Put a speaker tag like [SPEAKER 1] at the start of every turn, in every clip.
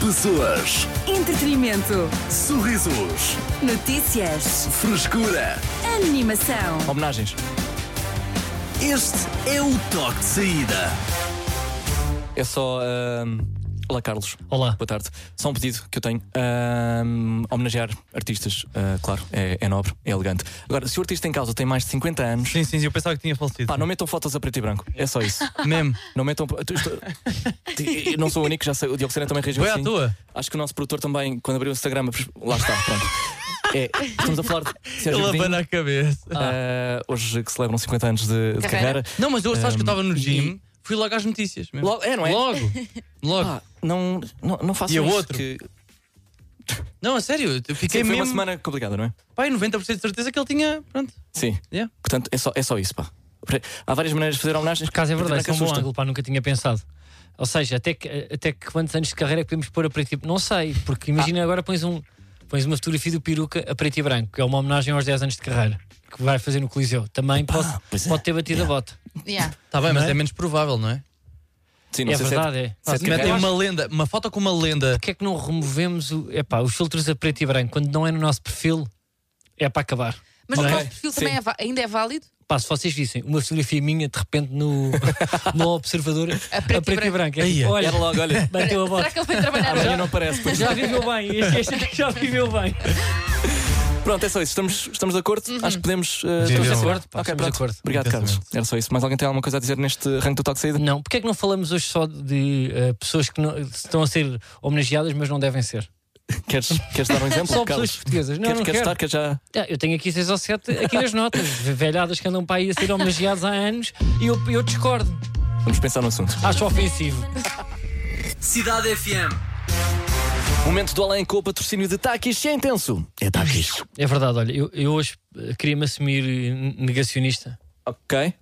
[SPEAKER 1] Pessoas,
[SPEAKER 2] Entretenimento.
[SPEAKER 1] sorrisos,
[SPEAKER 2] Notícias.
[SPEAKER 1] frescura.
[SPEAKER 2] Animação.
[SPEAKER 3] Homenagens.
[SPEAKER 1] Este é o toque de saída.
[SPEAKER 3] É só. ahm, Olá, Carlos.
[SPEAKER 4] Olá.
[SPEAKER 3] Boa tarde. Só um pedido que eu tenho. Ahm, homenagear artistas, ah, claro, é, é nobre, é elegante. Agora, se o artista em causa tem mais de 50 anos,
[SPEAKER 4] Sim, sim, eu pensava que tinha falecido.
[SPEAKER 3] pá, não metam fotos a preto e branco. É só isso.
[SPEAKER 4] Mesmo.
[SPEAKER 3] Não metam. tu- isto- Ti- não sou o único, já sei. O Diogo Sena também reagiu
[SPEAKER 4] Foi à
[SPEAKER 3] assim.
[SPEAKER 4] toa.
[SPEAKER 3] Acho que o nosso produtor também, quando abriu o Instagram, lá está, pronto. É, estamos a falar de Sérgio
[SPEAKER 4] Ele
[SPEAKER 3] Godinho,
[SPEAKER 4] abana a cabeça.
[SPEAKER 3] ah, hoje que celebram 50 anos de, de carreira.
[SPEAKER 5] Carreira.
[SPEAKER 4] Não, mas eu sabes que eu estava no
[SPEAKER 3] e-
[SPEAKER 4] gym, fui logo às notícias. mesmo. Ah,
[SPEAKER 3] Logo- é, não é?
[SPEAKER 4] Logo. Logo.
[SPEAKER 3] Pá, não, não, não façam
[SPEAKER 4] E o
[SPEAKER 3] isso,
[SPEAKER 4] outro?
[SPEAKER 3] que-
[SPEAKER 4] Não, a sério,
[SPEAKER 3] Sim,
[SPEAKER 4] eu fiquei
[SPEAKER 3] foi
[SPEAKER 4] mesmo.
[SPEAKER 3] uma semana complicada, não é?
[SPEAKER 4] Pai, 90% de certeza que ele tinha. Pronto.
[SPEAKER 3] Sim.
[SPEAKER 4] Yeah.
[SPEAKER 3] Portanto, é só, é só isso, pá. Pre- Há várias maneiras de fazer homenagens.
[SPEAKER 6] Por acaso é verdade, isso é um bom
[SPEAKER 3] assusta.
[SPEAKER 6] ângulo, pá, nunca tinha pensado. Ou seja, até, que, até que quantos anos de carreira é que podemos pôr a preto e Não sei, porque
[SPEAKER 3] Ah.
[SPEAKER 6] imagina agora pões, um, pões uma fotografia do peruca a preto e branco, que é uma homenagem aos 10 anos de carreira, que vai fazer no Coliseu. Também pode,
[SPEAKER 3] pois é.
[SPEAKER 6] pode ter batido a bota.
[SPEAKER 5] Yeah.
[SPEAKER 4] Está bem, mas
[SPEAKER 6] Não é?
[SPEAKER 4] é menos provável, não é?
[SPEAKER 3] Sim, não
[SPEAKER 6] É
[SPEAKER 3] sei se
[SPEAKER 6] verdade, é.
[SPEAKER 3] se é de
[SPEAKER 6] Mas
[SPEAKER 4] Metem
[SPEAKER 6] eu acho-
[SPEAKER 4] uma lenda, uma foto com uma lenda.
[SPEAKER 6] Porquê é que não removemos o, epá, os filtros a preto e branco quando não é no nosso perfil? É para acabar.
[SPEAKER 5] Mas
[SPEAKER 6] Ok.
[SPEAKER 5] o nosso perfil também é va- ainda é válido?
[SPEAKER 6] Pá, se vocês vissem uma fotografia minha de repente no, no observador a
[SPEAKER 5] preto e
[SPEAKER 6] preto, e branco, é
[SPEAKER 4] Aí
[SPEAKER 6] tipo,
[SPEAKER 4] é.
[SPEAKER 6] olha,
[SPEAKER 3] Era logo, olha.
[SPEAKER 6] bateu a bota.
[SPEAKER 5] Será que ele foi trabalhar
[SPEAKER 3] Amanhã
[SPEAKER 5] hoje?
[SPEAKER 3] não parece. pois.
[SPEAKER 6] Já viveu bem, este, este já viveu bem.
[SPEAKER 3] Pronto, é só isso. Estamos, estamos de acordo? Acho que podemos. Uh,
[SPEAKER 4] Sim,
[SPEAKER 3] estamos
[SPEAKER 4] sim.
[SPEAKER 3] de
[SPEAKER 6] Acordo,
[SPEAKER 3] Ok,
[SPEAKER 6] pá, estamos Uhum. de
[SPEAKER 3] pronto.
[SPEAKER 6] acordo.
[SPEAKER 3] Obrigado, Carlos. Era só isso. Mais alguém tem alguma coisa a dizer neste ranking do toque de saída?
[SPEAKER 6] Não, porque é que não falamos hoje só de eh, pessoas que não- estão a ser homenageadas, mas não devem ser?
[SPEAKER 3] Queres, queres dar um exemplo?
[SPEAKER 6] Só
[SPEAKER 3] Carlos?
[SPEAKER 6] pessoas portuguesas. Não,
[SPEAKER 3] queres,
[SPEAKER 6] não
[SPEAKER 3] queres
[SPEAKER 6] quero.
[SPEAKER 3] estar? Queres já.
[SPEAKER 6] Ah, Eu tenho aqui seis ou sete aqui nas notas, velhadas que andam para aí a ser homenageadas há anos e eu, eu discordo.
[SPEAKER 3] Vamos pensar no assunto.
[SPEAKER 6] Acho ofensivo.
[SPEAKER 1] Cidade FM.
[SPEAKER 3] Momento do além com o patrocínio de Takis. Se é intenso, é Takis.
[SPEAKER 6] É verdade, olha, eu, eu hoje eh, queria-me assumir eh, negacionista
[SPEAKER 3] Ok.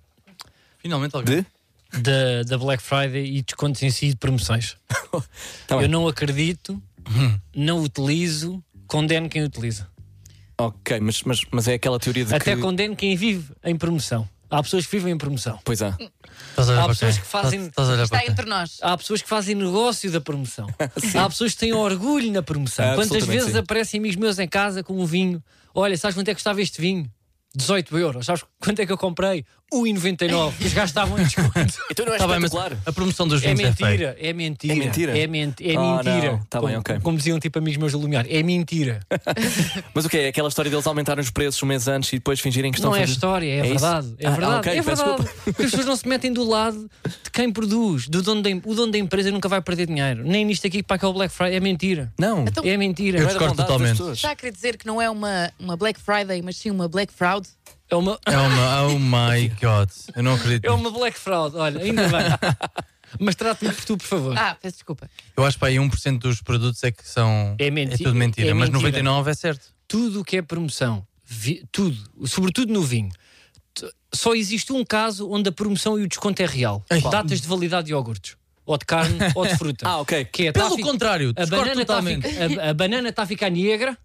[SPEAKER 4] Finalmente alguém.
[SPEAKER 3] De?
[SPEAKER 6] da, da Black Friday e descontos em si e de promoções.
[SPEAKER 3] Tá bem.
[SPEAKER 6] eu não acredito, não utilizo, condeno quem utiliza.
[SPEAKER 3] Ok, mas, mas, mas é aquela teoria de
[SPEAKER 6] Até
[SPEAKER 3] que.
[SPEAKER 6] condeno quem vive em promoção. Há pessoas que vivem em promoção.
[SPEAKER 3] Pois há.
[SPEAKER 4] Estás a olhar
[SPEAKER 6] Há
[SPEAKER 4] para
[SPEAKER 6] pessoas
[SPEAKER 4] quem?
[SPEAKER 6] que fazem-
[SPEAKER 4] Estás a olhar para
[SPEAKER 5] Está
[SPEAKER 4] quem?
[SPEAKER 5] entre nós.
[SPEAKER 6] Há pessoas que fazem negócio da promoção. Há pessoas que têm orgulho na promoção.
[SPEAKER 3] Ah,
[SPEAKER 6] Quantas
[SPEAKER 3] absolutamente,
[SPEAKER 6] vezes
[SPEAKER 3] sim.
[SPEAKER 6] aparecem amigos meus em casa com um vinho? Olha, sabes quanto é que custava este vinho? 18 euros. Sabes quanto é que eu comprei? 1,99. Os gajos estavam em desconto.
[SPEAKER 3] Então não é
[SPEAKER 4] Tá bem, mas
[SPEAKER 3] espetacular.
[SPEAKER 4] a promoção dos
[SPEAKER 6] É
[SPEAKER 4] vinhos é feia.
[SPEAKER 6] mentira, é mentira.
[SPEAKER 3] É mentira?
[SPEAKER 6] É, menti- é
[SPEAKER 3] Ah,
[SPEAKER 6] mentira.
[SPEAKER 3] não. Tá bem,
[SPEAKER 6] como,
[SPEAKER 3] ok.
[SPEAKER 6] como diziam tipo amigos meus do Lumiar, é mentira.
[SPEAKER 3] Mas o que é? Aquela história deles aumentarem os preços um mês antes e depois fingirem que estão
[SPEAKER 6] Não
[SPEAKER 3] a
[SPEAKER 6] é
[SPEAKER 3] fazer-
[SPEAKER 6] história, é,
[SPEAKER 3] isso?
[SPEAKER 6] verdade. É
[SPEAKER 3] Ah,
[SPEAKER 6] verdade,
[SPEAKER 3] ok,
[SPEAKER 6] é
[SPEAKER 3] peço
[SPEAKER 6] verdade.
[SPEAKER 3] desculpa.
[SPEAKER 6] Porque as pessoas não se metem do lado de quem produz, do dono da, em- o dono da empresa nunca vai perder dinheiro. Nem nisto aqui para que é o Black Friday. É mentira.
[SPEAKER 3] Não.
[SPEAKER 5] Então-
[SPEAKER 6] É mentira.
[SPEAKER 4] Eu
[SPEAKER 3] Não é da
[SPEAKER 4] discordo
[SPEAKER 3] bondade das
[SPEAKER 4] totalmente.
[SPEAKER 3] pessoas.
[SPEAKER 5] Está a querer dizer que não é uma, uma Black Friday, mas sim uma Black Fraud?
[SPEAKER 6] É uma,
[SPEAKER 4] É uma, oh my god, eu não acredito.
[SPEAKER 6] é uma Black Fraud, olha, ainda bem. Mas trate-me por tu, por favor.
[SPEAKER 5] Ah, peço desculpa.
[SPEAKER 4] Eu acho que aí 1% dos produtos é que são.
[SPEAKER 6] É menti-
[SPEAKER 4] É tudo mentira,
[SPEAKER 6] é
[SPEAKER 4] mas
[SPEAKER 6] mentira.
[SPEAKER 4] 99% é certo.
[SPEAKER 6] Tudo o que é promoção, vi- tudo, sobretudo no vinho. T- Só existe um caso onde a promoção e o desconto é real. Datas de validade de iogurtes. Ou de carne ou de fruta.
[SPEAKER 3] Ah, ok.
[SPEAKER 6] Que é, tá a
[SPEAKER 4] Pelo
[SPEAKER 6] fi-
[SPEAKER 4] contrário,
[SPEAKER 6] A
[SPEAKER 4] discordo
[SPEAKER 6] banana, está a,
[SPEAKER 4] totalmente.
[SPEAKER 6] ficar, a, a banana está a ficar negra.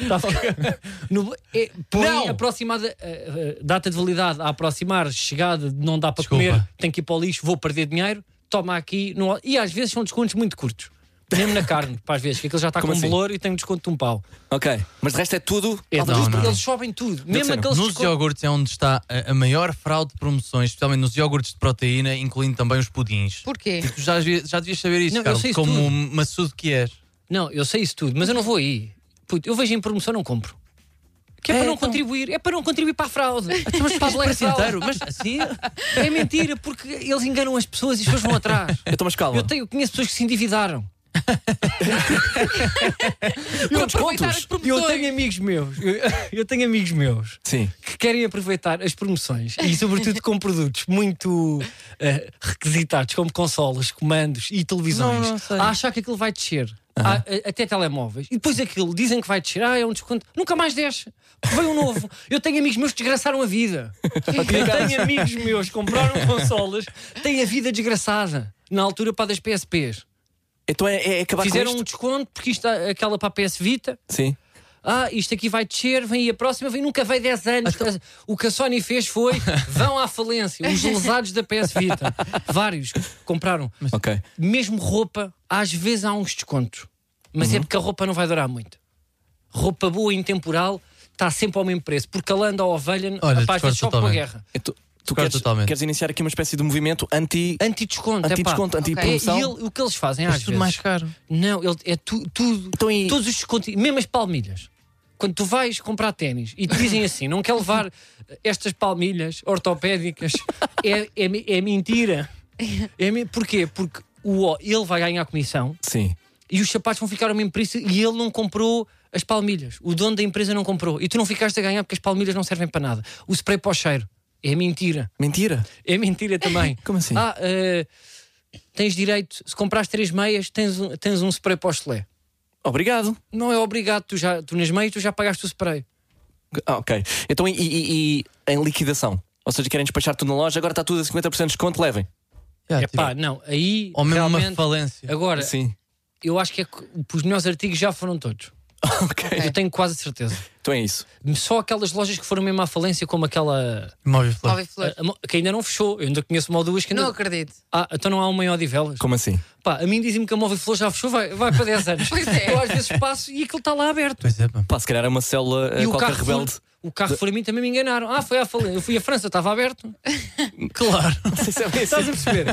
[SPEAKER 6] Está a ficar- no- é, põe
[SPEAKER 4] Não!
[SPEAKER 6] aproximada eh, eh, data de validade a aproximar, chegada, de não dá para
[SPEAKER 4] Desculpa.
[SPEAKER 6] comer, tem que ir para o lixo, vou perder dinheiro, toma aqui. não- e às vezes são descontos muito curtos. Mesmo na carne, para às vezes, que aquilo já está
[SPEAKER 3] Como
[SPEAKER 6] com
[SPEAKER 3] assim?
[SPEAKER 6] valor e tem um desconto de um pau.
[SPEAKER 3] Ok. Mas de resto é tudo.
[SPEAKER 6] É,
[SPEAKER 4] Não,
[SPEAKER 6] eles,
[SPEAKER 4] não.
[SPEAKER 6] eles sobem tudo. Mesmo
[SPEAKER 3] ser,
[SPEAKER 6] aqueles
[SPEAKER 4] Nos
[SPEAKER 6] descontos-
[SPEAKER 4] iogurtes é onde está a, a maior fraude de promoções, especialmente nos iogurtes de proteína, incluindo também os pudins.
[SPEAKER 5] Porquê?
[SPEAKER 6] Tipo,
[SPEAKER 4] Tu já, devia- já devias saber isso,
[SPEAKER 6] Não, eu
[SPEAKER 4] Carlos,
[SPEAKER 6] sei isso
[SPEAKER 4] como
[SPEAKER 6] tudo.
[SPEAKER 4] maçudo que és.
[SPEAKER 6] Não, eu sei isso tudo, mas eu não vou aí. Puto, eu vejo em promoção, não compro. Que é, para não contribuir, é para não contribuir para a fraude.
[SPEAKER 3] Então,
[SPEAKER 6] Mas para a Black Fraud.
[SPEAKER 4] Inteiro, mas assim,
[SPEAKER 6] É mentira, porque eles enganam as pessoas e as pessoas vão atrás.
[SPEAKER 3] Eu estou mais calma.
[SPEAKER 6] Eu, tenho, eu conheço pessoas que se endividaram.
[SPEAKER 5] Para aproveitar as
[SPEAKER 6] Eu
[SPEAKER 5] promoções.
[SPEAKER 6] tenho amigos meus, eu, eu tenho amigos meus
[SPEAKER 3] Sim.
[SPEAKER 6] que querem aproveitar as promoções e, sobretudo, com produtos muito eh, requisitados, como consolas, comandos e televisões,
[SPEAKER 4] Não, não sei. Ah.
[SPEAKER 6] a achar que aquilo vai descer. A- a- até telemóveis. E depois aquilo, dizem que vai descer, ah, é um desconto, nunca mais desce. Veio um novo. Eu tenho amigos meus que desgraçaram a vida. Eu tenho amigos meus que compraram consolas, têm a vida desgraçada. Na altura para das PSPs.
[SPEAKER 3] Então é, é acabar
[SPEAKER 6] Fizeram
[SPEAKER 3] com
[SPEAKER 6] um
[SPEAKER 3] isto?
[SPEAKER 6] desconto porque isto, aquela para a PS Vita,
[SPEAKER 3] Sim.
[SPEAKER 6] Ah, isto aqui vai descer, vem aí a próxima, vem nunca veio 10 anos. O que a Sony fez foi vão à falência, os lesados da PS Vita. Vários compraram.
[SPEAKER 3] Ok.
[SPEAKER 6] Mesmo roupa, às vezes há uns descontos. Mas
[SPEAKER 4] Uhum.
[SPEAKER 6] é porque a roupa não vai durar muito. Roupa boa intemporal está sempre ao mesmo preço. Porque a landa ou a ovelha,
[SPEAKER 4] Olha,
[SPEAKER 6] rapaz, é
[SPEAKER 4] discordo
[SPEAKER 6] só com a
[SPEAKER 4] totalmente.
[SPEAKER 6] guerra.
[SPEAKER 3] E É, Tu, tu
[SPEAKER 4] Concordo
[SPEAKER 3] queres,
[SPEAKER 4] totalmente.
[SPEAKER 3] queres iniciar aqui uma espécie de movimento anti.
[SPEAKER 6] Anti-desconto, é pá.
[SPEAKER 3] Anti-desconto, anti-promoção.
[SPEAKER 6] É, e ele- o que eles fazem às
[SPEAKER 4] Mas tudo
[SPEAKER 6] vezes?
[SPEAKER 4] mais caro.
[SPEAKER 6] Não, ele- é tu- tudo.
[SPEAKER 3] Então, e-
[SPEAKER 6] Todos os descontos, mesmo as palmilhas. Quando tu vais comprar ténis e te dizem assim, não quer levar estas palmilhas ortopédicas, é, é, me- é mentira. É, me- porquê? Porque o, ó- ele vai ganhar a comissão
[SPEAKER 3] Sim.
[SPEAKER 6] e os sapatos vão ficar ao mesmo preço e ele não comprou as palmilhas. O dono da empresa não comprou. E tu não ficaste a ganhar porque as palmilhas não servem para nada. O spray para o cheiro é mentira.
[SPEAKER 3] Mentira.
[SPEAKER 6] É mentira também.
[SPEAKER 3] Como assim?
[SPEAKER 6] Ah, eh, tens direito, se comprares três meias, tens um, tens um spray para o chelé.
[SPEAKER 3] Obrigado.
[SPEAKER 6] Não é obrigado, tu, já, tu nas meias tu já pagaste o spray.
[SPEAKER 3] Ah, ok. Então, e, e- e em liquidação? Ou seja, querem despachar tudo na loja, agora está tudo a 50% de desconto, levem.
[SPEAKER 4] Já,
[SPEAKER 3] Ah,
[SPEAKER 6] É pá, não, aí.
[SPEAKER 4] Ou mesmo uma
[SPEAKER 6] realmente-
[SPEAKER 4] falência.
[SPEAKER 6] Agora,
[SPEAKER 3] Sim.
[SPEAKER 6] eu acho que é que os melhores artigos já foram todos.
[SPEAKER 3] Ok.
[SPEAKER 6] Eu tenho quase certeza.
[SPEAKER 3] Então é isso.
[SPEAKER 6] Só aquelas lojas que foram mesmo à falência, como aquela.
[SPEAKER 4] Imóvel flor.
[SPEAKER 5] Móvel Flor.
[SPEAKER 6] a- a mo- que ainda não fechou. Eu ainda conheço uma ou duas que ainda.
[SPEAKER 5] Não acredito.
[SPEAKER 6] Ah, então não há uma em Odivelas.
[SPEAKER 3] Como assim?
[SPEAKER 6] Pá, a mim dizem-me que a Móvel Flor já fechou, vai, vai para 10 anos.
[SPEAKER 5] Pois é.
[SPEAKER 6] Eu às vezes passo e aquilo está lá aberto.
[SPEAKER 4] Pois é, pá.
[SPEAKER 3] Pá, se calhar é uma célula eh,
[SPEAKER 6] E o
[SPEAKER 3] qualquer
[SPEAKER 6] carro
[SPEAKER 3] rebelde.
[SPEAKER 6] O carro para mim também me enganaram. Ah, foi à falência. Eu fui à França, estava aberto.
[SPEAKER 4] Claro.
[SPEAKER 6] Estás a perceber?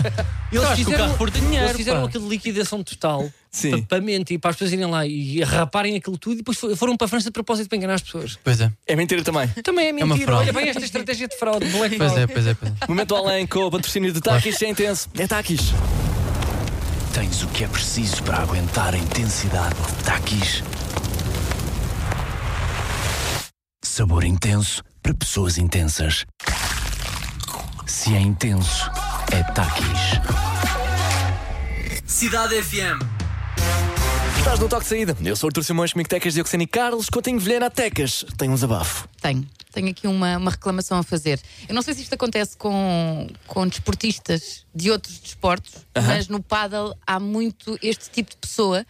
[SPEAKER 6] Eles
[SPEAKER 4] que o
[SPEAKER 6] fizeram,
[SPEAKER 4] carro por dinheiro,
[SPEAKER 6] eles fizeram
[SPEAKER 4] pá.
[SPEAKER 6] aquela liquidação total
[SPEAKER 3] Sim.
[SPEAKER 6] para, para mentir, para as pessoas irem lá e raparem aquilo tudo e depois fo- foram para a França de propósito para enganar as pessoas.
[SPEAKER 4] Pois é.
[SPEAKER 3] É mentira também.
[SPEAKER 6] Também é
[SPEAKER 4] uma
[SPEAKER 6] mentira.
[SPEAKER 4] fraude.
[SPEAKER 6] Olha bem esta estratégia de fraude. Black
[SPEAKER 4] Pois
[SPEAKER 6] Friday.
[SPEAKER 4] é, pois é, pois é.
[SPEAKER 3] Momento além com o patrocínio de Takis, é intenso. É Takis.
[SPEAKER 1] Tens o que é preciso para aguentar a intensidade de Takis. Sabor intenso para pessoas intensas. Se é intenso, é Takis.
[SPEAKER 3] Cidade FM. Estás no toque de saída. Eu sou o Artur Simões, comigo Tecas, Dioxene e Carlos. Continho Vilhena a Tecas. Tem um desabafo.
[SPEAKER 5] Tenho. Tenho aqui uma, uma reclamação a fazer. Eu não sei se isto acontece com, com desportistas de outros desportos, mas no paddle há muito este tipo de pessoa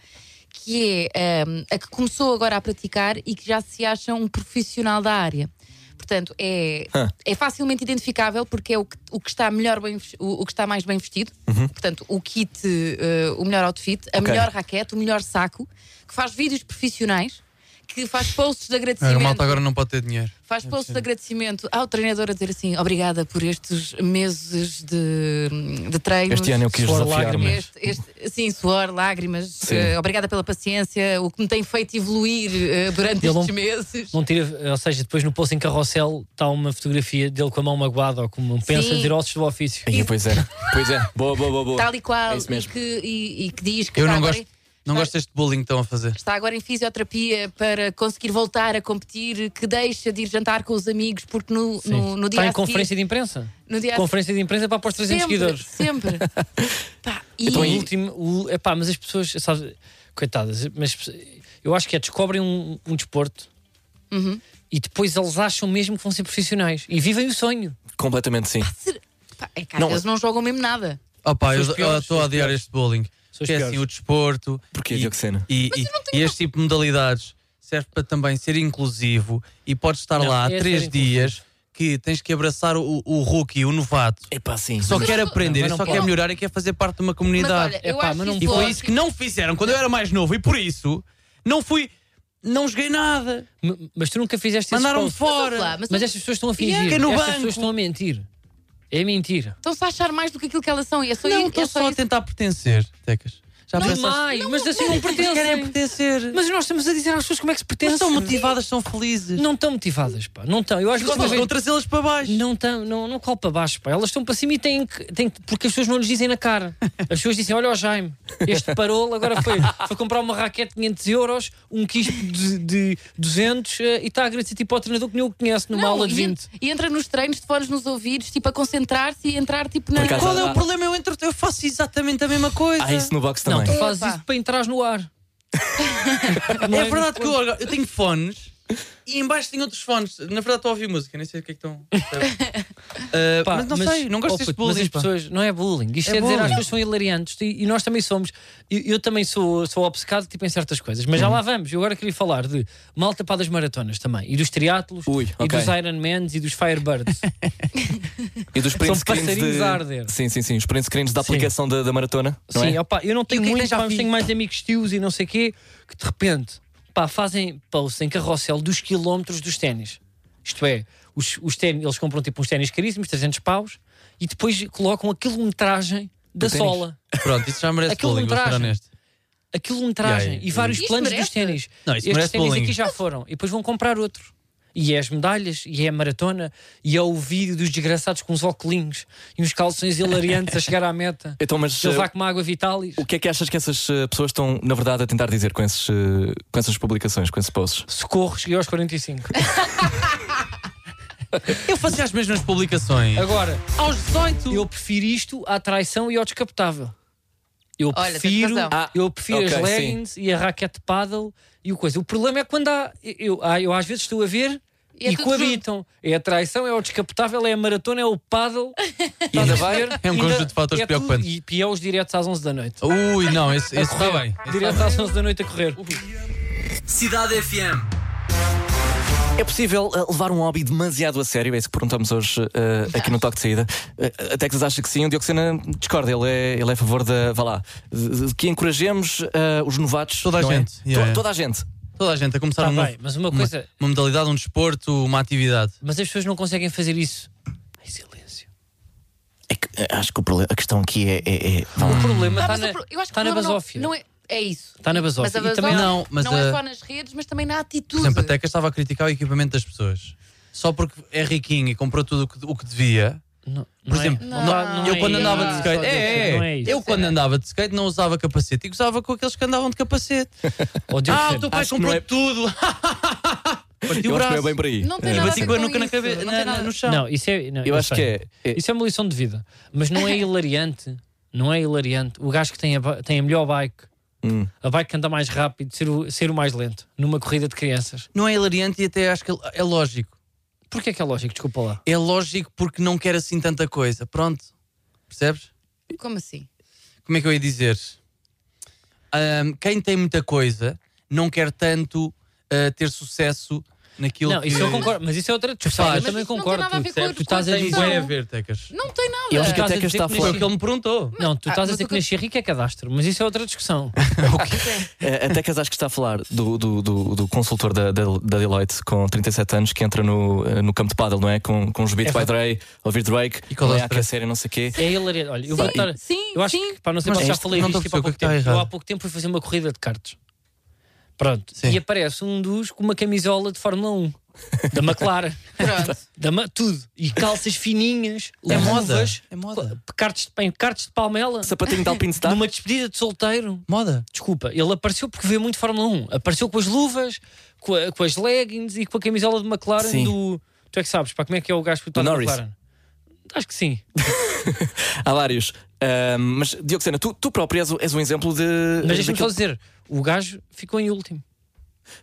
[SPEAKER 5] que é hum, a que começou agora a praticar e que já se acha um profissional da área. Portanto, é,
[SPEAKER 3] Hã.
[SPEAKER 5] é facilmente identificável porque é o que, o que está melhor bem, ves- o, o que está mais bem vestido. Portanto, o kit, eh, o melhor outfit, a
[SPEAKER 3] Uhum. Ok.
[SPEAKER 5] melhor raquete, o melhor saco, que faz vídeos profissionais, que faz posts de
[SPEAKER 4] Olha,
[SPEAKER 5] agradecimento.
[SPEAKER 4] O malta agora não pode ter dinheiro.
[SPEAKER 6] É
[SPEAKER 5] Faz post de agradecimento ao treinador a dizer assim: obrigada por estes meses de, de treinos.
[SPEAKER 3] Este ano eu quis
[SPEAKER 6] Suor,
[SPEAKER 3] desafiar-me.
[SPEAKER 6] lágrimas.
[SPEAKER 5] Este- este- sim, suor, lágrimas. eh, obrigada pela paciência, o que me tem feito evoluir eh, durante
[SPEAKER 6] Ele não-
[SPEAKER 5] estes meses.
[SPEAKER 6] Não tira, ou seja, depois no post em carrossel está uma fotografia dele com a mão magoada ou com uma pensa
[SPEAKER 5] Sim.
[SPEAKER 6] de ossos do ofício.
[SPEAKER 3] Aí, pois é. Pois é. Boa, boa, boa, boa.
[SPEAKER 5] Tal e qual.
[SPEAKER 3] É isso
[SPEAKER 5] e,
[SPEAKER 3] mesmo.
[SPEAKER 5] que, e- e que diz que
[SPEAKER 4] Eu
[SPEAKER 5] está,
[SPEAKER 4] não
[SPEAKER 5] agora,
[SPEAKER 4] gosto, não gosto deste bullying que estão a fazer.
[SPEAKER 5] está agora em fisioterapia para conseguir voltar a competir, que deixa de ir jantar com os amigos, porque no, no, no dia
[SPEAKER 6] está
[SPEAKER 5] a
[SPEAKER 6] em
[SPEAKER 5] seguir-
[SPEAKER 6] conferência de imprensa?
[SPEAKER 5] no dia a
[SPEAKER 6] Conferência de imprensa para pôr 300
[SPEAKER 5] Sempre,
[SPEAKER 6] seguidores.
[SPEAKER 5] sempre. Pá, e-
[SPEAKER 3] é
[SPEAKER 6] Então, o último, o, epá, mas as pessoas, sabes, coitadas, mas eu acho que é descobrem um, um desporto e depois eles acham mesmo que vão ser profissionais e vivem o sonho.
[SPEAKER 3] Completamente sim.
[SPEAKER 5] Ser- pá, é que
[SPEAKER 3] Não,
[SPEAKER 5] às vezes não jogam mesmo nada.
[SPEAKER 4] Oh, pá, eu
[SPEAKER 6] São os piores,
[SPEAKER 4] eu estou
[SPEAKER 6] são
[SPEAKER 4] a
[SPEAKER 6] os
[SPEAKER 4] odiar
[SPEAKER 6] piores.
[SPEAKER 4] este bullying.
[SPEAKER 6] São os
[SPEAKER 4] Que é assim,
[SPEAKER 6] piores.
[SPEAKER 4] o desporto.
[SPEAKER 3] Porquê,
[SPEAKER 4] e-
[SPEAKER 3] Dioxena?
[SPEAKER 4] E, e- e este tipo de modalidades serve para também ser inclusivo e podes estar
[SPEAKER 6] Não,
[SPEAKER 4] lá há
[SPEAKER 6] é ser
[SPEAKER 4] três
[SPEAKER 6] inclusivo.
[SPEAKER 4] dias que tens que abraçar o, o rookie, o novato.
[SPEAKER 3] Epá, sim.
[SPEAKER 4] Só quer aprender,
[SPEAKER 6] mas
[SPEAKER 4] e
[SPEAKER 6] não
[SPEAKER 4] só quer
[SPEAKER 6] pode.
[SPEAKER 4] melhorar e quer fazer parte de uma
[SPEAKER 5] Mas
[SPEAKER 4] comunidade.
[SPEAKER 5] olha, eu
[SPEAKER 6] Epá,
[SPEAKER 5] acho
[SPEAKER 6] mas não-
[SPEAKER 5] isso
[SPEAKER 4] E foi
[SPEAKER 5] ótimo.
[SPEAKER 4] isso que não fizeram quando eu era mais novo, e por isso não fui. Não joguei nada.
[SPEAKER 6] M- Mas tu nunca fizeste esse
[SPEAKER 4] Mandaram-me
[SPEAKER 6] esforço.
[SPEAKER 5] Mas, ouve lá,
[SPEAKER 4] fora.
[SPEAKER 5] mas,
[SPEAKER 6] Mas estas pessoas estão a fingir,
[SPEAKER 4] Fiquei no
[SPEAKER 6] estas
[SPEAKER 4] banco.
[SPEAKER 6] pessoas estão a mentir. É mentira.
[SPEAKER 5] estão-se a Então achar mais do que aquilo que elas são. E é só
[SPEAKER 4] Não,
[SPEAKER 5] isso-
[SPEAKER 4] estou
[SPEAKER 5] é só
[SPEAKER 4] só a
[SPEAKER 5] isso.
[SPEAKER 4] tentar pertencer, Tecas. Já
[SPEAKER 6] Não
[SPEAKER 4] pensaste-
[SPEAKER 6] mais, mas assim
[SPEAKER 4] Querem
[SPEAKER 6] não pertencem.
[SPEAKER 4] pertencer.
[SPEAKER 6] Mas nós estamos a dizer às pessoas como é que se
[SPEAKER 4] Mas
[SPEAKER 6] pertencem.
[SPEAKER 4] estão motivadas, são felizes.
[SPEAKER 6] Não estão motivadas, pá. Não estão. Eu acho que
[SPEAKER 4] Gostam de trazê-las para baixo.
[SPEAKER 6] Não, tão, não, não colo para baixo, pá. Elas estão para cima e têm que, têm que- Porque as pessoas não lhes dizem na cara. As pessoas dizem: olha o Jaime, este parou, agora foi, foi comprar uma raquete de 500 euros, um quispo de, de 200 eh, e está a agradecer tipo ao treinador que nem o conhece numa
[SPEAKER 5] Não,
[SPEAKER 6] aula de
[SPEAKER 5] e,
[SPEAKER 6] 20.
[SPEAKER 5] en- e entra nos treinos de fones nos ouvidos, tipo a concentrar-se e entrar tipo na.
[SPEAKER 3] Por acaso-
[SPEAKER 4] Qual é o problema? Eu entro, eu faço exatamente a mesma coisa.
[SPEAKER 3] Há Ah, isso no box também.
[SPEAKER 6] Não, tu fazes
[SPEAKER 5] Epá.
[SPEAKER 6] isso para entrar no ar.
[SPEAKER 4] É verdade que eu, eu tenho fones E embaixo tem outros fones. Na verdade, estou a ouvir música, nem sei o que é que estão. Ah,
[SPEAKER 6] Pá,
[SPEAKER 4] mas não sei, não
[SPEAKER 6] oh,
[SPEAKER 4] gosto deste
[SPEAKER 6] puto, mas
[SPEAKER 4] bullying.
[SPEAKER 6] as
[SPEAKER 4] pá.
[SPEAKER 6] pessoas, não é bullying. Isto
[SPEAKER 4] É
[SPEAKER 6] é, dizer,
[SPEAKER 4] bullying.
[SPEAKER 6] as pessoas são hilariantes e, e nós também somos. Eu, eu também sou, sou obcecado tipo, em certas coisas, mas já
[SPEAKER 4] Uhum.
[SPEAKER 6] lá vamos. Eu agora queria falar de malta para das maratonas também e dos triatlos
[SPEAKER 3] Ui,
[SPEAKER 6] e
[SPEAKER 3] ok.
[SPEAKER 6] dos Ironmans e dos Firebirds.
[SPEAKER 3] E dos print
[SPEAKER 6] São
[SPEAKER 3] screens
[SPEAKER 6] passarinhos
[SPEAKER 3] de...
[SPEAKER 6] a arder.
[SPEAKER 3] Sim, sim, sim. Os print screens da
[SPEAKER 6] Sim.
[SPEAKER 3] aplicação da, da maratona. Não
[SPEAKER 6] Sim,
[SPEAKER 3] é?
[SPEAKER 6] opá, eu não tenho
[SPEAKER 5] que é que
[SPEAKER 6] muito,
[SPEAKER 5] já
[SPEAKER 6] pá, mas
[SPEAKER 5] vi?
[SPEAKER 6] tenho mais amigos tios e não sei o quê, que de repente pá, fazem posts em carrossel dos quilómetros dos ténis. Isto é, os, os ténis, eles compram tipo uns ténis caríssimos, 300 paus, e depois colocam a quilometragem da
[SPEAKER 3] ténis.
[SPEAKER 6] sola.
[SPEAKER 4] Pronto, isso já merece
[SPEAKER 6] Aquilo
[SPEAKER 4] bullying, vou ser
[SPEAKER 6] ultraja.
[SPEAKER 4] honesto.
[SPEAKER 6] A quilometragem
[SPEAKER 4] Yeah, yeah.
[SPEAKER 6] e vários
[SPEAKER 5] Isto
[SPEAKER 6] planos
[SPEAKER 5] merece?
[SPEAKER 6] dos ténis.
[SPEAKER 4] Não, isso
[SPEAKER 6] Estes
[SPEAKER 4] merece
[SPEAKER 6] ténis
[SPEAKER 4] bullying.
[SPEAKER 6] aqui já foram, e depois vão comprar outro. E é as medalhas, e é a maratona, e é o vídeo dos desgraçados com os óculos e uns calções hilariantes a chegar à meta.
[SPEAKER 3] Então, mas
[SPEAKER 6] Eles
[SPEAKER 3] eh,
[SPEAKER 6] lá com uma água vitalis.
[SPEAKER 3] o que é que achas que essas eh, pessoas estão, na verdade, a tentar dizer com, esses, eh, com essas publicações, com esses posts?
[SPEAKER 6] Socorro, cheguei aos 45.
[SPEAKER 4] Eu fazia as mesmas publicações.
[SPEAKER 6] Agora,
[SPEAKER 4] Aos 18!
[SPEAKER 6] eu prefiro isto à traição e ao descapotável. Eu
[SPEAKER 5] Olha, tens
[SPEAKER 6] prefiro,
[SPEAKER 5] razão.
[SPEAKER 3] Ah,
[SPEAKER 6] eu prefiro
[SPEAKER 3] ok,
[SPEAKER 6] as leggings e a raquete de paddle e o coisa. O problema é quando há. Eu, ah, eu às vezes estou a ver
[SPEAKER 5] E é
[SPEAKER 6] e
[SPEAKER 5] tudo
[SPEAKER 6] coabitam. É a traição, é o descapotável, é a maratona, é o paddle.
[SPEAKER 3] E ainda vai?
[SPEAKER 4] É um
[SPEAKER 6] Ainda-
[SPEAKER 4] conjunto de fatores
[SPEAKER 6] é tudo-
[SPEAKER 4] preocupantes.
[SPEAKER 6] E, e é os diretos às 11 da noite.
[SPEAKER 4] Ui, não, esse, esse está
[SPEAKER 6] Correr.
[SPEAKER 4] bem. Esse
[SPEAKER 6] Diretos
[SPEAKER 4] está bem.
[SPEAKER 6] às 11 da noite a correr.
[SPEAKER 5] Uhum.
[SPEAKER 6] Tá
[SPEAKER 7] Cidade FM.
[SPEAKER 3] É possível eh, levar um hobby demasiado a sério? É isso que perguntamos hoje eh, aqui no Toque de Saída. Eh, a Texas acha que sim, o Dioxena discorda. Ele é, ele é a favor da. Vá lá. De, de que encorajemos eh, os novatos.
[SPEAKER 4] Toda a
[SPEAKER 3] não é?
[SPEAKER 4] gente,
[SPEAKER 3] To-
[SPEAKER 4] yeah.
[SPEAKER 3] Toda a gente.
[SPEAKER 4] Toda a gente a começar
[SPEAKER 6] Tá
[SPEAKER 4] um novo-
[SPEAKER 6] bem, mas uma coisa-
[SPEAKER 4] uma modalidade, um desporto, uma atividade.
[SPEAKER 6] Mas as pessoas não conseguem fazer isso. Em silêncio.
[SPEAKER 1] É que, eh, acho que o problema- a questão aqui é. é- é- vá lá.
[SPEAKER 6] O problema
[SPEAKER 5] Ah,
[SPEAKER 6] está
[SPEAKER 5] mas
[SPEAKER 6] na,
[SPEAKER 5] o pro- eu acho que
[SPEAKER 6] tá
[SPEAKER 5] o
[SPEAKER 6] na
[SPEAKER 5] problema não-
[SPEAKER 6] basófia.
[SPEAKER 5] Não é, é isso.
[SPEAKER 6] Está na basófia.
[SPEAKER 5] Mas a
[SPEAKER 6] E também
[SPEAKER 5] basófia
[SPEAKER 6] há-
[SPEAKER 5] não,
[SPEAKER 4] Não, mas
[SPEAKER 5] é
[SPEAKER 4] a-
[SPEAKER 5] só nas redes, mas também na atitude.
[SPEAKER 4] Por exemplo, a Teca estava a criticar o equipamento das pessoas. Só porque é riquinho e comprou tudo o que, o que devia.
[SPEAKER 6] Não,
[SPEAKER 4] Por exemplo,
[SPEAKER 5] Não,
[SPEAKER 4] não-
[SPEAKER 5] não
[SPEAKER 4] eu
[SPEAKER 5] é
[SPEAKER 4] quando
[SPEAKER 5] isso.
[SPEAKER 4] andava de skate. É, é,
[SPEAKER 6] Não é isso.
[SPEAKER 4] eu quando andava de skate não usava capacete e gozava com aqueles que andavam de capacete. ah, o teu pai
[SPEAKER 3] Acho que
[SPEAKER 4] comprou
[SPEAKER 3] não é-
[SPEAKER 4] tudo! Partiu
[SPEAKER 3] Eu
[SPEAKER 4] o
[SPEAKER 3] acho que
[SPEAKER 4] braço.
[SPEAKER 3] não é bem por aí.
[SPEAKER 5] Não tem
[SPEAKER 3] Eh,
[SPEAKER 5] nada a
[SPEAKER 4] Bati
[SPEAKER 5] ver
[SPEAKER 4] com a
[SPEAKER 5] com
[SPEAKER 4] nuca na
[SPEAKER 5] isso,
[SPEAKER 4] cabeça,
[SPEAKER 5] não tem
[SPEAKER 4] na-
[SPEAKER 5] nada.
[SPEAKER 4] no chão.
[SPEAKER 6] Não, isso é. não,
[SPEAKER 3] Eu acho que
[SPEAKER 6] sei.
[SPEAKER 3] é. é-
[SPEAKER 6] Isso é uma lição de vida. Mas não é hilariante. Não é hilariante. O gajo que tem a, ba- tem a melhor bike,
[SPEAKER 3] Hum.
[SPEAKER 6] a bike que anda mais rápido, ser o, ser o mais lento, numa corrida de crianças.
[SPEAKER 4] Não é hilariante e até acho que é lógico.
[SPEAKER 6] Porquê que é lógico? Desculpa lá.
[SPEAKER 4] É lógico porque não quer assim tanta coisa. Pronto. Percebes?
[SPEAKER 5] Como assim?
[SPEAKER 4] Como é que eu ia dizer? Ahm, quem tem muita coisa não quer tanto ah, ter sucesso naquilo
[SPEAKER 6] Não,
[SPEAKER 4] que.
[SPEAKER 6] isso eu concordo, mas isso é outra discussão.
[SPEAKER 4] Faz.
[SPEAKER 6] Eu também
[SPEAKER 5] Mas isso não
[SPEAKER 6] concordo.
[SPEAKER 5] tem nada a ver com
[SPEAKER 6] tu,
[SPEAKER 5] a
[SPEAKER 6] estás a
[SPEAKER 4] Tem
[SPEAKER 5] educação.
[SPEAKER 4] bué a
[SPEAKER 6] dizer.
[SPEAKER 4] ver, Tecas.
[SPEAKER 5] Não tem nada.
[SPEAKER 3] Eu acho que
[SPEAKER 6] estás
[SPEAKER 3] a
[SPEAKER 6] a
[SPEAKER 3] Teca
[SPEAKER 6] dizer
[SPEAKER 3] está a
[SPEAKER 6] que
[SPEAKER 3] falar.
[SPEAKER 4] Foi o que ele me perguntou.
[SPEAKER 6] Não, tu
[SPEAKER 5] Ah,
[SPEAKER 6] estás a
[SPEAKER 5] mas
[SPEAKER 6] dizer
[SPEAKER 5] o
[SPEAKER 6] que
[SPEAKER 5] que-
[SPEAKER 6] nascer rico é cadastro, mas isso é outra discussão.
[SPEAKER 3] Eh, A Tecas acho que está a falar do, do, do, do consultor da, da, da Deloitte com 37 anos que entra no, eh, no campo de paddle, não é? Com, com os beats by Dre, ouvir Drake,
[SPEAKER 4] E qual é o
[SPEAKER 3] olhar a
[SPEAKER 4] stress?
[SPEAKER 3] série, não sei o quê.
[SPEAKER 6] É hilariante. Olha, eu vou estar.
[SPEAKER 5] Sim,
[SPEAKER 6] Eu acho
[SPEAKER 5] sim.
[SPEAKER 6] que, pá, não sei
[SPEAKER 4] Mas
[SPEAKER 6] se já
[SPEAKER 4] isto-
[SPEAKER 6] falei
[SPEAKER 4] não
[SPEAKER 6] disto
[SPEAKER 4] estou
[SPEAKER 6] tipo,
[SPEAKER 4] a
[SPEAKER 6] há
[SPEAKER 4] perceber o
[SPEAKER 6] pouco
[SPEAKER 4] que é que
[SPEAKER 6] tempo.
[SPEAKER 4] está
[SPEAKER 6] Eu
[SPEAKER 4] errado.
[SPEAKER 6] há pouco tempo fui fazer uma corrida de karts. Pronto.
[SPEAKER 4] Sim.
[SPEAKER 6] E aparece um dos com uma camisola de Fórmula 1. Da McLaren.
[SPEAKER 5] Pronto.
[SPEAKER 6] da Ma- tudo. E calças fininhas,
[SPEAKER 4] É moda.
[SPEAKER 6] luvas,
[SPEAKER 4] É moda.
[SPEAKER 6] Cartes de, em cartes de palmela.
[SPEAKER 3] Sapatinho de alpino
[SPEAKER 4] tá.
[SPEAKER 3] está.
[SPEAKER 6] Numa despedida de solteiro.
[SPEAKER 4] Moda.
[SPEAKER 6] Desculpa, ele apareceu porque vê muito Fórmula 1. Apareceu com as luvas, com, a- com as leggings e com a camisola de McLaren
[SPEAKER 3] Sim.
[SPEAKER 6] do. Tu é que sabes, pá, como é que é o gajo que está
[SPEAKER 3] Do
[SPEAKER 6] na
[SPEAKER 3] Norris.
[SPEAKER 6] McLaren? Acho que sim.
[SPEAKER 3] Há vários. Ahm, mas, Dioxena, tu, tu próprio és, o- és um exemplo de.
[SPEAKER 6] Mas deixa-me só
[SPEAKER 3] daquele-
[SPEAKER 6] dizer, o gajo ficou em último.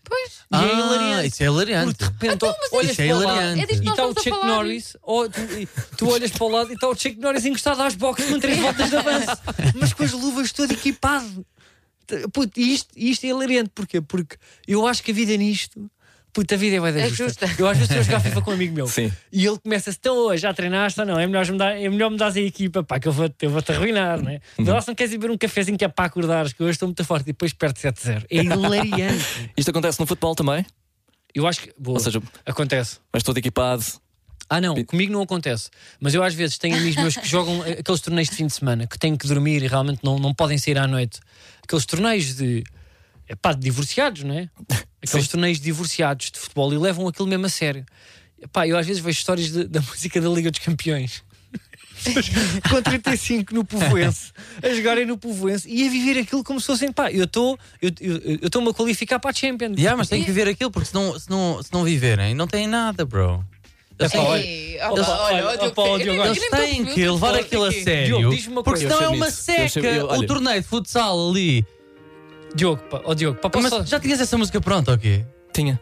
[SPEAKER 5] Pois.
[SPEAKER 6] E é hilariante.
[SPEAKER 4] Isso é hilariante.
[SPEAKER 6] Porque de repente, olhas
[SPEAKER 4] isso é
[SPEAKER 6] para o lado
[SPEAKER 4] hilariante.
[SPEAKER 5] É disto
[SPEAKER 6] e
[SPEAKER 5] que nós
[SPEAKER 6] está o
[SPEAKER 5] estamos a
[SPEAKER 6] Chuck
[SPEAKER 5] falar.
[SPEAKER 6] Norris, ou tu, e tu olhas para o lado e está o Chuck Norris encostado às boxes com três voltas de avanço, mas com as luvas todo equipado. T- Puto, e isto, e isto é hilariante, porquê? Porque eu acho que a vida nisto. Puta, a vida é bué da
[SPEAKER 5] É
[SPEAKER 6] justa.
[SPEAKER 5] justa.
[SPEAKER 6] Eu às vezes estou a jogar FIFA com um amigo meu
[SPEAKER 3] Sim.
[SPEAKER 6] e ele começa-se tão hoje, já treinaste ou não? É melhor, me dar, é melhor me dares a equipa, pá, que eu vou-te eu vou -te arruinar, não é? Lá se não queres ir beber um cafezinho que é para acordares, que hoje estou muito forte e depois perde 7-0. É hilariante.
[SPEAKER 3] Isto acontece no futebol também?
[SPEAKER 6] eu acho que. Boa,
[SPEAKER 3] Ou seja,
[SPEAKER 6] acontece.
[SPEAKER 3] mas todo equipado.
[SPEAKER 6] Ah, não, comigo não acontece. Mas eu às vezes tenho amigos meus que jogam aqueles torneios de fim de semana que têm que dormir e realmente não, não podem sair à noite. Aqueles torneios de. Epá, de divorciados, não é? Aqueles torneios de divorciados de futebol e levam aquilo mesmo a sério. Epá, eu às vezes vejo histórias de- da música da Liga dos Campeões. Com 35 no Povoense, a jogarem no Povoense e a viver aquilo como se fossem, pá, eu estou eu, eu, eu estou-me a qualificar para a Champions.
[SPEAKER 4] Yeah, mas tem que ver aquilo, porque se não, se não, se não viverem, não têm nada, bro.
[SPEAKER 6] É pá, olha,
[SPEAKER 5] Ei, opa,
[SPEAKER 6] Eles-
[SPEAKER 5] olha,
[SPEAKER 6] olha, opa, olha,
[SPEAKER 5] olha, eu- eu- eu-
[SPEAKER 6] agora-
[SPEAKER 5] eu-
[SPEAKER 4] Eles
[SPEAKER 5] eu- eu- eu-
[SPEAKER 4] têm
[SPEAKER 5] eu- eu-
[SPEAKER 4] que
[SPEAKER 5] eu-
[SPEAKER 4] levar
[SPEAKER 5] eu-
[SPEAKER 4] aquilo a
[SPEAKER 6] é
[SPEAKER 5] eu- eu-
[SPEAKER 4] sério.
[SPEAKER 6] Diogo, diz-me uma
[SPEAKER 4] porque
[SPEAKER 6] coisa.
[SPEAKER 4] senão é
[SPEAKER 3] Eu chamo
[SPEAKER 4] uma
[SPEAKER 3] isso. Eu
[SPEAKER 4] seca.
[SPEAKER 3] chamo- eu-
[SPEAKER 4] o
[SPEAKER 3] olha.
[SPEAKER 4] torneio de futsal ali.
[SPEAKER 6] Diogo, pá, ó Diogo, pá, posso
[SPEAKER 4] Mas já tinhas essa música pronta, ou quê?
[SPEAKER 3] Tinha.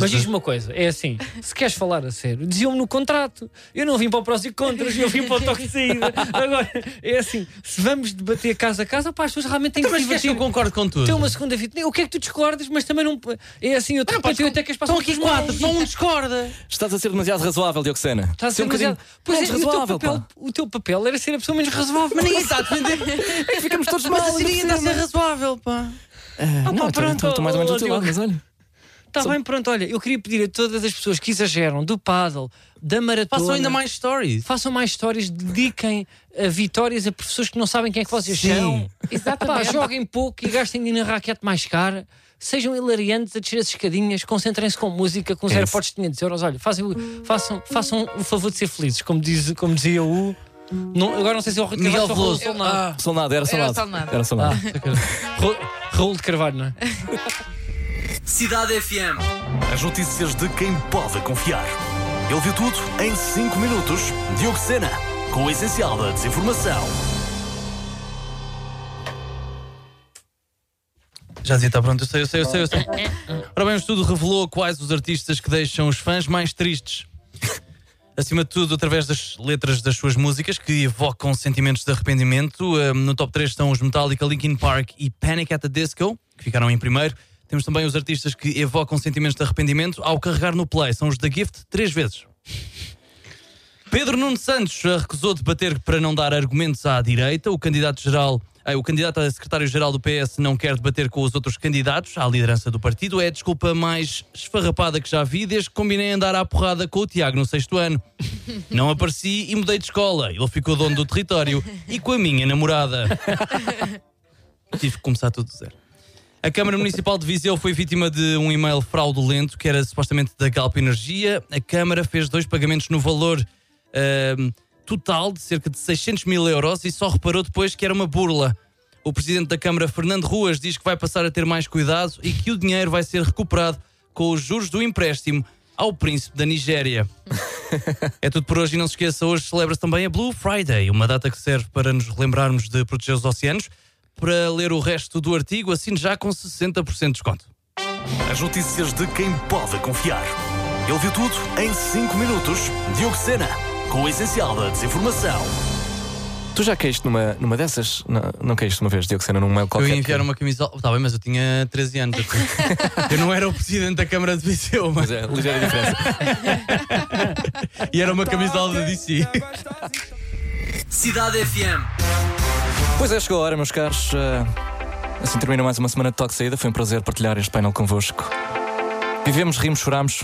[SPEAKER 6] Mas diz-me uma coisa, é assim, se queres falar a sério, diziam-me no contrato. Eu não vim para o prós e contras, eu vim para o toque de saída. Agora, é assim, se vamos debater casa a casa, pá, as pessoas realmente têm
[SPEAKER 3] Então,
[SPEAKER 6] que se
[SPEAKER 4] Mas queres que eu
[SPEAKER 6] divertir.
[SPEAKER 4] concordo com tudo?
[SPEAKER 6] Tem uma segunda vida. O que é que tu discordas, mas também não. É assim, eu tenho bibliotecas para
[SPEAKER 4] Estão aqui quatro, só um discorda.
[SPEAKER 3] Estás a ser demasiado razoável, Dioxena.
[SPEAKER 6] Estás a ser
[SPEAKER 3] um
[SPEAKER 6] demasiado.
[SPEAKER 3] bocadinho-
[SPEAKER 6] Pois é,
[SPEAKER 3] Menos
[SPEAKER 6] e o teu,
[SPEAKER 3] razoável, pá.
[SPEAKER 6] papel, o teu papel era ser a pessoa menos razoável.
[SPEAKER 4] Mas ninguém está a defender.
[SPEAKER 3] É que ficamos todos mal.
[SPEAKER 4] Mas assim ninguém está a ser razoável, pá.
[SPEAKER 3] Ah,
[SPEAKER 6] pá,
[SPEAKER 3] é? não, estou-
[SPEAKER 6] pronto,
[SPEAKER 3] estou estou mais ou menos
[SPEAKER 6] ó,
[SPEAKER 3] do teu lado,
[SPEAKER 6] Diogo.
[SPEAKER 3] mas olha.
[SPEAKER 6] Está bem, pronto, olha, eu queria pedir a todas as pessoas que exageram do paddle, da maratona.
[SPEAKER 4] Façam ainda mais stories.
[SPEAKER 6] Façam mais histórias, dediquem a vitórias a pessoas que não sabem quem é que vocês
[SPEAKER 4] Sim.
[SPEAKER 6] são. Pá,
[SPEAKER 5] Exatamente.
[SPEAKER 6] joguem pouco e gastem dinheiro na raquete mais cara. Sejam hilariantes a descer as escadinhas, concentrem-se com música, com os
[SPEAKER 3] É isso.
[SPEAKER 6] aeroportos de 500 euros. Olha, fazem o- façam, façam o favor de ser felizes, como, diz, como dizia o. Não, agora não sei se é o Raul de
[SPEAKER 4] Miguel
[SPEAKER 6] Carvalho ou o Raul
[SPEAKER 4] Veloso.
[SPEAKER 6] Solnado.
[SPEAKER 4] Ah,
[SPEAKER 3] Solnado, era solnado.
[SPEAKER 5] Solnado.
[SPEAKER 3] Era solnado.
[SPEAKER 6] Raul- Raul de Carvalho, não é?
[SPEAKER 7] Cidade FM.
[SPEAKER 1] As notícias de quem pode confiar. Ele viu tudo em 5 minutos. Diogo Sena, com o essencial da desinformação.
[SPEAKER 4] Já dizia, está pronto, eu sei, eu sei, eu sei, eu sei. Ora bem, o estudo revelou quais os artistas que deixam os fãs mais tristes. Acima de tudo, através das letras das suas músicas, que evocam sentimentos de arrependimento. Ahm, no top 3 estão os Metallica, Linkin Park e Panic at the Disco, que ficaram em primeiro. Temos também os artistas que evocam sentimentos de arrependimento ao carregar no play. São os The Gift três vezes. Pedro Nuno Santos eh, recusou debater para não dar argumentos à direita. O candidato geral, eh, o candidato a secretário-geral do PS não quer debater com os outros candidatos à liderança do partido. É a desculpa mais esfarrapada que já vi desde que combinei andar à porrada com o Tiago no sexto ano. Não apareci e mudei de escola. Ele ficou dono do território e com a minha namorada. Tive que começar tudo do zero. A Câmara Municipal de Viseu foi vítima de um e-mail fraudulento que era supostamente da Galp Energia. A Câmara fez dois pagamentos no valor ahm, total de cerca de 600 mil euros e só reparou depois que era uma burla. O presidente da Câmara, Fernando Ruas, diz que vai passar a ter mais cuidado e que o dinheiro vai ser recuperado com os juros do empréstimo ao príncipe da Nigéria. É tudo por hoje e não se esqueça, hoje celebra-se também a Blue Friday, uma data que serve para nos relembrarmos de proteger os oceanos. Para ler o resto do artigo, assine já com 60% de desconto.
[SPEAKER 1] As notícias de quem pode confiar. Ele viu tudo em 5 minutos. Diogo Sena, com o essencial da desinformação.
[SPEAKER 6] Ah.
[SPEAKER 3] Tu já caíste numa, numa dessas? Não, não caíste uma vez, Dioxena, num mail
[SPEAKER 4] Eu
[SPEAKER 3] qualquer.
[SPEAKER 4] ia enviar uma camisola. Está bem, mas eu tinha 13 anos. até. eu não era o presidente da Câmara de Viseu,
[SPEAKER 3] Mas
[SPEAKER 4] mas
[SPEAKER 3] é, ligeira diferença.
[SPEAKER 6] é.
[SPEAKER 4] e era uma camisola da DC.
[SPEAKER 7] Cidade FM.
[SPEAKER 3] pois é, chegou a hora, meus caros. Ah, assim termina mais uma semana de Toque de Saída. Foi um prazer partilhar este painel convosco. Vivemos, rimos, choramos.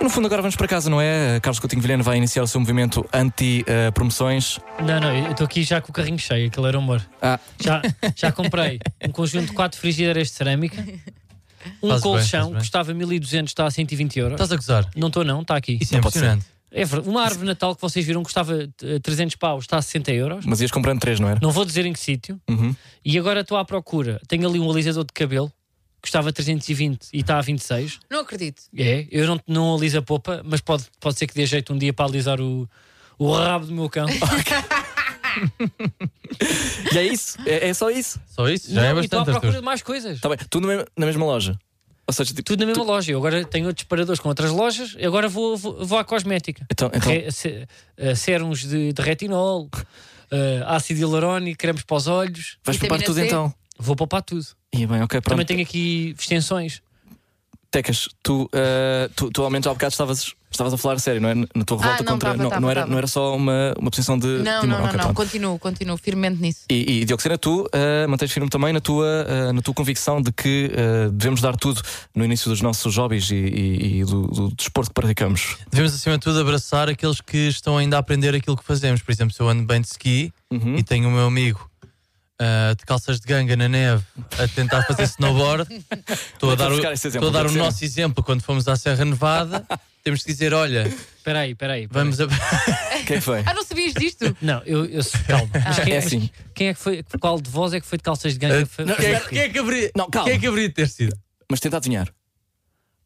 [SPEAKER 3] E no fundo, agora vamos para casa, não é? Carlos Coutinho Vilhena vai iniciar o seu movimento anti-promoções.
[SPEAKER 6] Não, não, eu estou aqui já com o carrinho cheio, aquele era o humor.
[SPEAKER 3] Ah.
[SPEAKER 6] Já, já comprei um conjunto de quatro frigideiras de cerâmica, um
[SPEAKER 4] Fazes bem,
[SPEAKER 6] colchão,
[SPEAKER 4] fazes bem.
[SPEAKER 6] custava 1200, está a 120 euros.
[SPEAKER 4] Estás a gozar?
[SPEAKER 6] Não estou, não, está aqui.
[SPEAKER 4] Isso é impressionante.
[SPEAKER 6] É verdade. Uma árvore de natal que vocês viram custava eh, 300 paus, está a 60 euros.
[SPEAKER 3] Mas ias comprando três, não era?
[SPEAKER 6] Não vou dizer em que sítio.
[SPEAKER 3] Uhum.
[SPEAKER 6] E agora estou à procura. Tenho ali um alisador de cabelo, custava 320 e está a 26.
[SPEAKER 5] Não acredito.
[SPEAKER 6] É, eu não, não aliso a popa, mas pode, pode ser que dê jeito um dia para alisar o, o rabo do meu cão.
[SPEAKER 3] E é isso? É, é só isso?
[SPEAKER 4] Só isso? Já
[SPEAKER 6] não,
[SPEAKER 4] é
[SPEAKER 6] e estou à
[SPEAKER 4] bastante,
[SPEAKER 6] procura
[SPEAKER 4] Arthur.
[SPEAKER 6] de mais coisas.
[SPEAKER 3] Está bem. Tudo na mesma, na mesma loja. Ou seja, tipo.
[SPEAKER 6] Tudo na mesma
[SPEAKER 3] tu-
[SPEAKER 6] loja. Eu agora tenho outros paradores com outras lojas. Eu Agora vou, vou, vou à cosmética.
[SPEAKER 3] Então, então,
[SPEAKER 6] Re, se- eh, sérums de, de retinol, eh, ácido hialurónico, cremes para os olhos.
[SPEAKER 3] vais poupar
[SPEAKER 5] Vitamina
[SPEAKER 3] tudo
[SPEAKER 5] C?
[SPEAKER 3] então.
[SPEAKER 6] Vou poupar tudo.
[SPEAKER 3] E bem, ok, pronto.
[SPEAKER 6] Também tenho aqui extensões.
[SPEAKER 3] Tecas, tu, eh, tu, tu ao menos há bocado estavas, estavas a falar a sério, não é? Na tua revolta
[SPEAKER 5] Ah, não,
[SPEAKER 3] contra.
[SPEAKER 5] tava,
[SPEAKER 3] não,
[SPEAKER 5] tava,
[SPEAKER 3] não era,
[SPEAKER 5] tava.
[SPEAKER 3] não era só uma, uma posição de.
[SPEAKER 5] Não,
[SPEAKER 3] de
[SPEAKER 5] não,
[SPEAKER 3] humor.
[SPEAKER 5] não,
[SPEAKER 3] Ok,
[SPEAKER 5] não.
[SPEAKER 3] pronto.
[SPEAKER 5] Continuo, continuo firmemente nisso.
[SPEAKER 3] E, e Dioxena, tu eh, mantens firme também na tua, eh, na tua convicção de que eh, devemos dar tudo no início dos nossos hobbies e, e- e do, do desporto que praticamos.
[SPEAKER 4] Devemos, acima de tudo, abraçar aqueles que estão ainda a aprender aquilo que fazemos. Por exemplo, se eu ando bem de ski
[SPEAKER 3] Uhum.
[SPEAKER 4] e tenho o meu amigo ah, de calças de ganga na neve a tentar fazer snowboard, estou a
[SPEAKER 3] Vou
[SPEAKER 4] dar, o,
[SPEAKER 3] buscar esse exemplo,
[SPEAKER 4] estou a dar o
[SPEAKER 3] Diogo Sena.
[SPEAKER 4] nosso exemplo quando fomos à Serra Nevada. Temos que dizer: olha,
[SPEAKER 6] Espera aí, espera aí. espera aí.
[SPEAKER 4] vamos a.
[SPEAKER 3] Quem é foi?
[SPEAKER 5] Ah, não sabias disto?
[SPEAKER 6] Não, eu, eu calma. Mas quem,
[SPEAKER 3] É
[SPEAKER 6] mas
[SPEAKER 3] assim. Eh,
[SPEAKER 6] quem é que foi? Qual de vós é que foi de calças de ganga? Foi-
[SPEAKER 4] Não,
[SPEAKER 6] foi-
[SPEAKER 4] quem, é, quem é que haveria,
[SPEAKER 3] Não, calma.
[SPEAKER 4] quem é que haveria de ter sido?
[SPEAKER 3] Mas tenta adivinhar.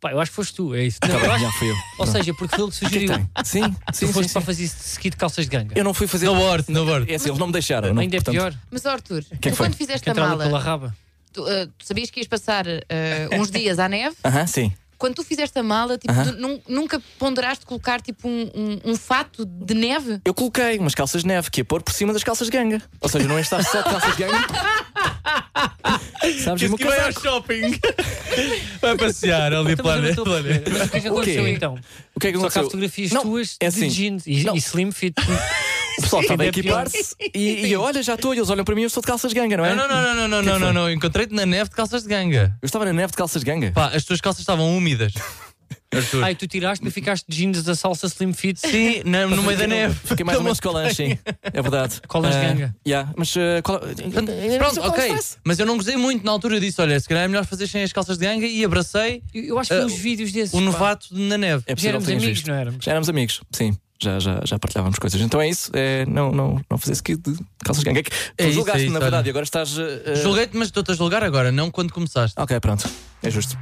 [SPEAKER 6] Pá, eu acho que foste tu, é isso. Não,
[SPEAKER 3] Tá
[SPEAKER 6] eu
[SPEAKER 3] bem,
[SPEAKER 6] acho-
[SPEAKER 3] já fui eu.
[SPEAKER 6] ou seja, porque foi ele que
[SPEAKER 3] é
[SPEAKER 6] sugeriu.
[SPEAKER 3] Sim,
[SPEAKER 6] Tu
[SPEAKER 3] sim, sim,
[SPEAKER 6] foste
[SPEAKER 3] sim.
[SPEAKER 6] para fazer ski de calças de ganga.
[SPEAKER 3] Eu não fui fazer.
[SPEAKER 4] Snowboard, snowboard.
[SPEAKER 3] É assim, eles não me deixaram. Não,
[SPEAKER 6] Ainda é
[SPEAKER 3] portanto,
[SPEAKER 6] pior.
[SPEAKER 5] Mas, ó, Arthur,
[SPEAKER 3] que
[SPEAKER 5] tu
[SPEAKER 3] foi?
[SPEAKER 5] quando fizeste
[SPEAKER 6] é Que
[SPEAKER 5] a
[SPEAKER 6] entrava pela
[SPEAKER 5] mala,
[SPEAKER 6] raba.
[SPEAKER 5] tu, ah, tu sabias que ias passar ah, eh, uns dias à neve?
[SPEAKER 3] Aham, sim.
[SPEAKER 5] quando tu fizeste a mala, tipo, tu nun- nunca ponderaste colocar tipo um, um- um fato de neve?
[SPEAKER 3] Eu coloquei umas calças de neve que ia pôr por cima das calças de ganga. Ou seja, não ia estar só de calças de ganga. Sabes, e o é meu
[SPEAKER 6] é
[SPEAKER 4] vai ao
[SPEAKER 3] casaco.
[SPEAKER 4] shopping. vai passear ali
[SPEAKER 6] Então, mas eu não
[SPEAKER 4] pela
[SPEAKER 6] estou
[SPEAKER 4] pela-
[SPEAKER 6] a perceber. Mas o que é que
[SPEAKER 3] O quê?
[SPEAKER 6] aconteceu então?
[SPEAKER 3] O que é que
[SPEAKER 6] Só que há
[SPEAKER 3] aconteceu?
[SPEAKER 6] fotografias
[SPEAKER 3] Não,
[SPEAKER 6] tuas
[SPEAKER 3] é
[SPEAKER 6] de
[SPEAKER 3] assim.
[SPEAKER 6] jeans e,
[SPEAKER 3] Não.
[SPEAKER 6] e slim fit.
[SPEAKER 3] O pessoal estava a
[SPEAKER 6] Ainda é pior.
[SPEAKER 3] equipar-se e, e eu, olha, já estou. E eles olham para mim e eu estou de calças de ganga, não é?
[SPEAKER 4] Não, não, não, não, não, não, não, não. Encontrei-te na neve de calças de ganga.
[SPEAKER 3] Eu estava na neve de calças de ganga.
[SPEAKER 4] Pá, as tuas calças estavam úmidas. Arthur.
[SPEAKER 6] Ai, tu tiraste e ficaste de jeans da salsa slim fit.
[SPEAKER 4] Sim, na- no meio da neve.
[SPEAKER 3] Fiquei mais ou menos com lanche, sim. É verdade.
[SPEAKER 6] Colãs de
[SPEAKER 3] Ah,
[SPEAKER 6] ganga.
[SPEAKER 3] yeah, mas ah, cola-
[SPEAKER 4] Pronto, ok. Mas eu não gostei muito na altura disso. Olha, se calhar é melhor fazer sem as calças de ganga e abracei
[SPEAKER 6] Eu, eu acho que
[SPEAKER 4] Ah,
[SPEAKER 6] vi uns vídeos desses.
[SPEAKER 4] o
[SPEAKER 6] pá.
[SPEAKER 4] novato na neve.
[SPEAKER 3] É
[SPEAKER 6] Já
[SPEAKER 3] possível que
[SPEAKER 6] éramos
[SPEAKER 3] tenhas
[SPEAKER 6] amigos,
[SPEAKER 3] visto.
[SPEAKER 6] não éramos?
[SPEAKER 3] Já éramos amigos, sim. Já, já, já partilhávamos coisas. Então é isso. É, não, não, não fazes que de calças de ganga. É que tu
[SPEAKER 4] isso,
[SPEAKER 3] julgaste,
[SPEAKER 4] é isso,
[SPEAKER 3] na verdade,
[SPEAKER 4] olha.
[SPEAKER 3] e agora estás. ah,
[SPEAKER 4] Julguei-te, mas estou-te a julgar agora, não quando começaste.
[SPEAKER 3] Ok, pronto. É justo.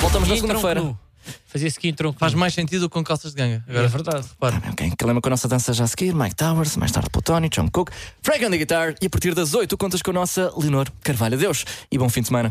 [SPEAKER 3] Voltamos na
[SPEAKER 4] então
[SPEAKER 6] Em tronco
[SPEAKER 3] segunda-feira.
[SPEAKER 6] nu. Fazer ski em tronco.
[SPEAKER 4] Faz
[SPEAKER 6] nu.
[SPEAKER 4] mais sentido com calças de ganga.
[SPEAKER 6] É
[SPEAKER 4] Agora
[SPEAKER 6] verdade.
[SPEAKER 4] repara.
[SPEAKER 3] Ok, que lembra com a nossa dança já a seguir, Mike Towers, mais tarde Plutoni, John Cook, Frank on the Guitar e a partir das 8 contas com a nossa Leonor Carvalho. Adeus e bom fim de semana.